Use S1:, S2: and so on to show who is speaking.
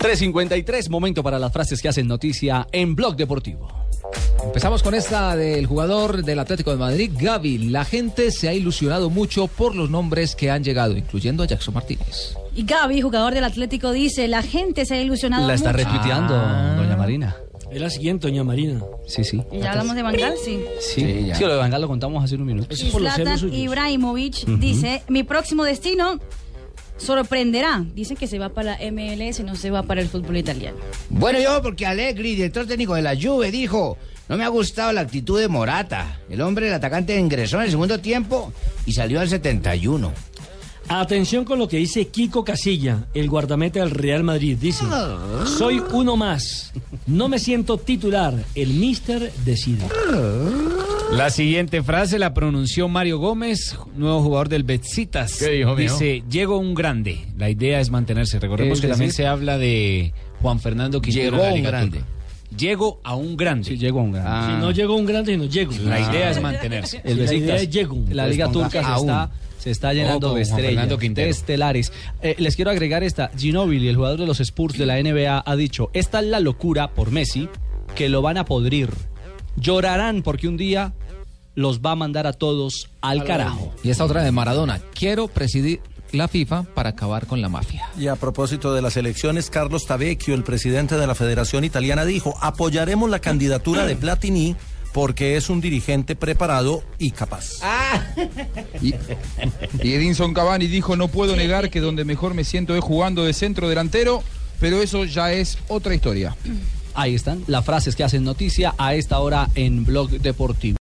S1: ...3.53, momento para las frases que hacen noticia en Blog Deportivo.
S2: Empezamos con esta del jugador del Atlético de Madrid, Gaby. La gente se ha ilusionado mucho por los nombres que han llegado, incluyendo a Jackson Martínez.
S3: Y Gaby, jugador del Atlético, dice, la gente se ha ilusionado
S1: La está
S3: mucho.
S1: retuiteando,
S2: Ah.
S1: doña Marina.
S4: Es la siguiente, doña Marina.
S1: Sí, sí.
S3: Ya hablamos de Van Gaal, sí.
S1: Sí, sí, lo de Bangal lo contamos hace unos minutos.
S4: Eso es por los celos
S3: Zlatan
S4: suyos.
S3: Ibrahimovic dice, mi próximo destino sorprenderá. Dicen que se va para la MLS, no se va para el fútbol italiano.
S5: Bueno, yo porque Allegri, director técnico de la Juve, dijo, no me ha gustado la actitud de Morata. El hombre, el atacante, ingresó en el segundo tiempo y salió al 71.
S4: Atención con lo que dice Kiko Casilla, el guardameta del Real Madrid. Dice, soy uno más. No me siento titular. El mister decide.
S6: La siguiente frase la pronunció Mario Gómez, nuevo jugador del Betsitas.
S7: ¿Qué dijo, mijo?
S6: Dice, llegó un grande. La idea es mantenerse. Recordemos
S1: Es
S6: que también
S1: decir,
S6: se habla de Juan Fernando
S5: Llegó
S6: Quintero. en la
S5: un
S6: Liga
S5: grande.
S6: Turca. Llegó a un grande.
S1: Sí, llegó un gran.
S5: Ah.
S4: Si no llegó Ah. un grande, no llego.
S6: La idea es mantenerse.
S1: Pues, El
S4: La idea
S1: Besiktas.
S4: es Yegum.
S1: La
S2: Pues
S1: Liga
S5: Responda
S1: Turca se
S5: aún.
S1: está, se está llenando
S6: Ojo,
S1: de
S6: Juan
S1: estrellas,
S6: Fernando
S1: de
S6: Quintero.
S1: estelares. Eh, les quiero agregar esta. Ginobili, el jugador de los Spurs de la NBA, ha dicho, esta es la locura por Messi que lo van a podrir. Llorarán porque un día los va a mandar a todos al carajo.
S2: Y esta otra de Maradona. Quiero presidir la FIFA para acabar con la mafia.
S8: Y a propósito de las elecciones, Carlos Tabecchio, el presidente de la Federación Italiana, dijo, apoyaremos la candidatura de Platini porque es un dirigente preparado y capaz.
S9: Y, y Edinson Cavani dijo, no puedo negar que donde mejor me siento es jugando de centro delantero, pero eso ya es otra historia.
S1: Ahí están las frases que hacen noticia a esta hora en Blog Deportivo.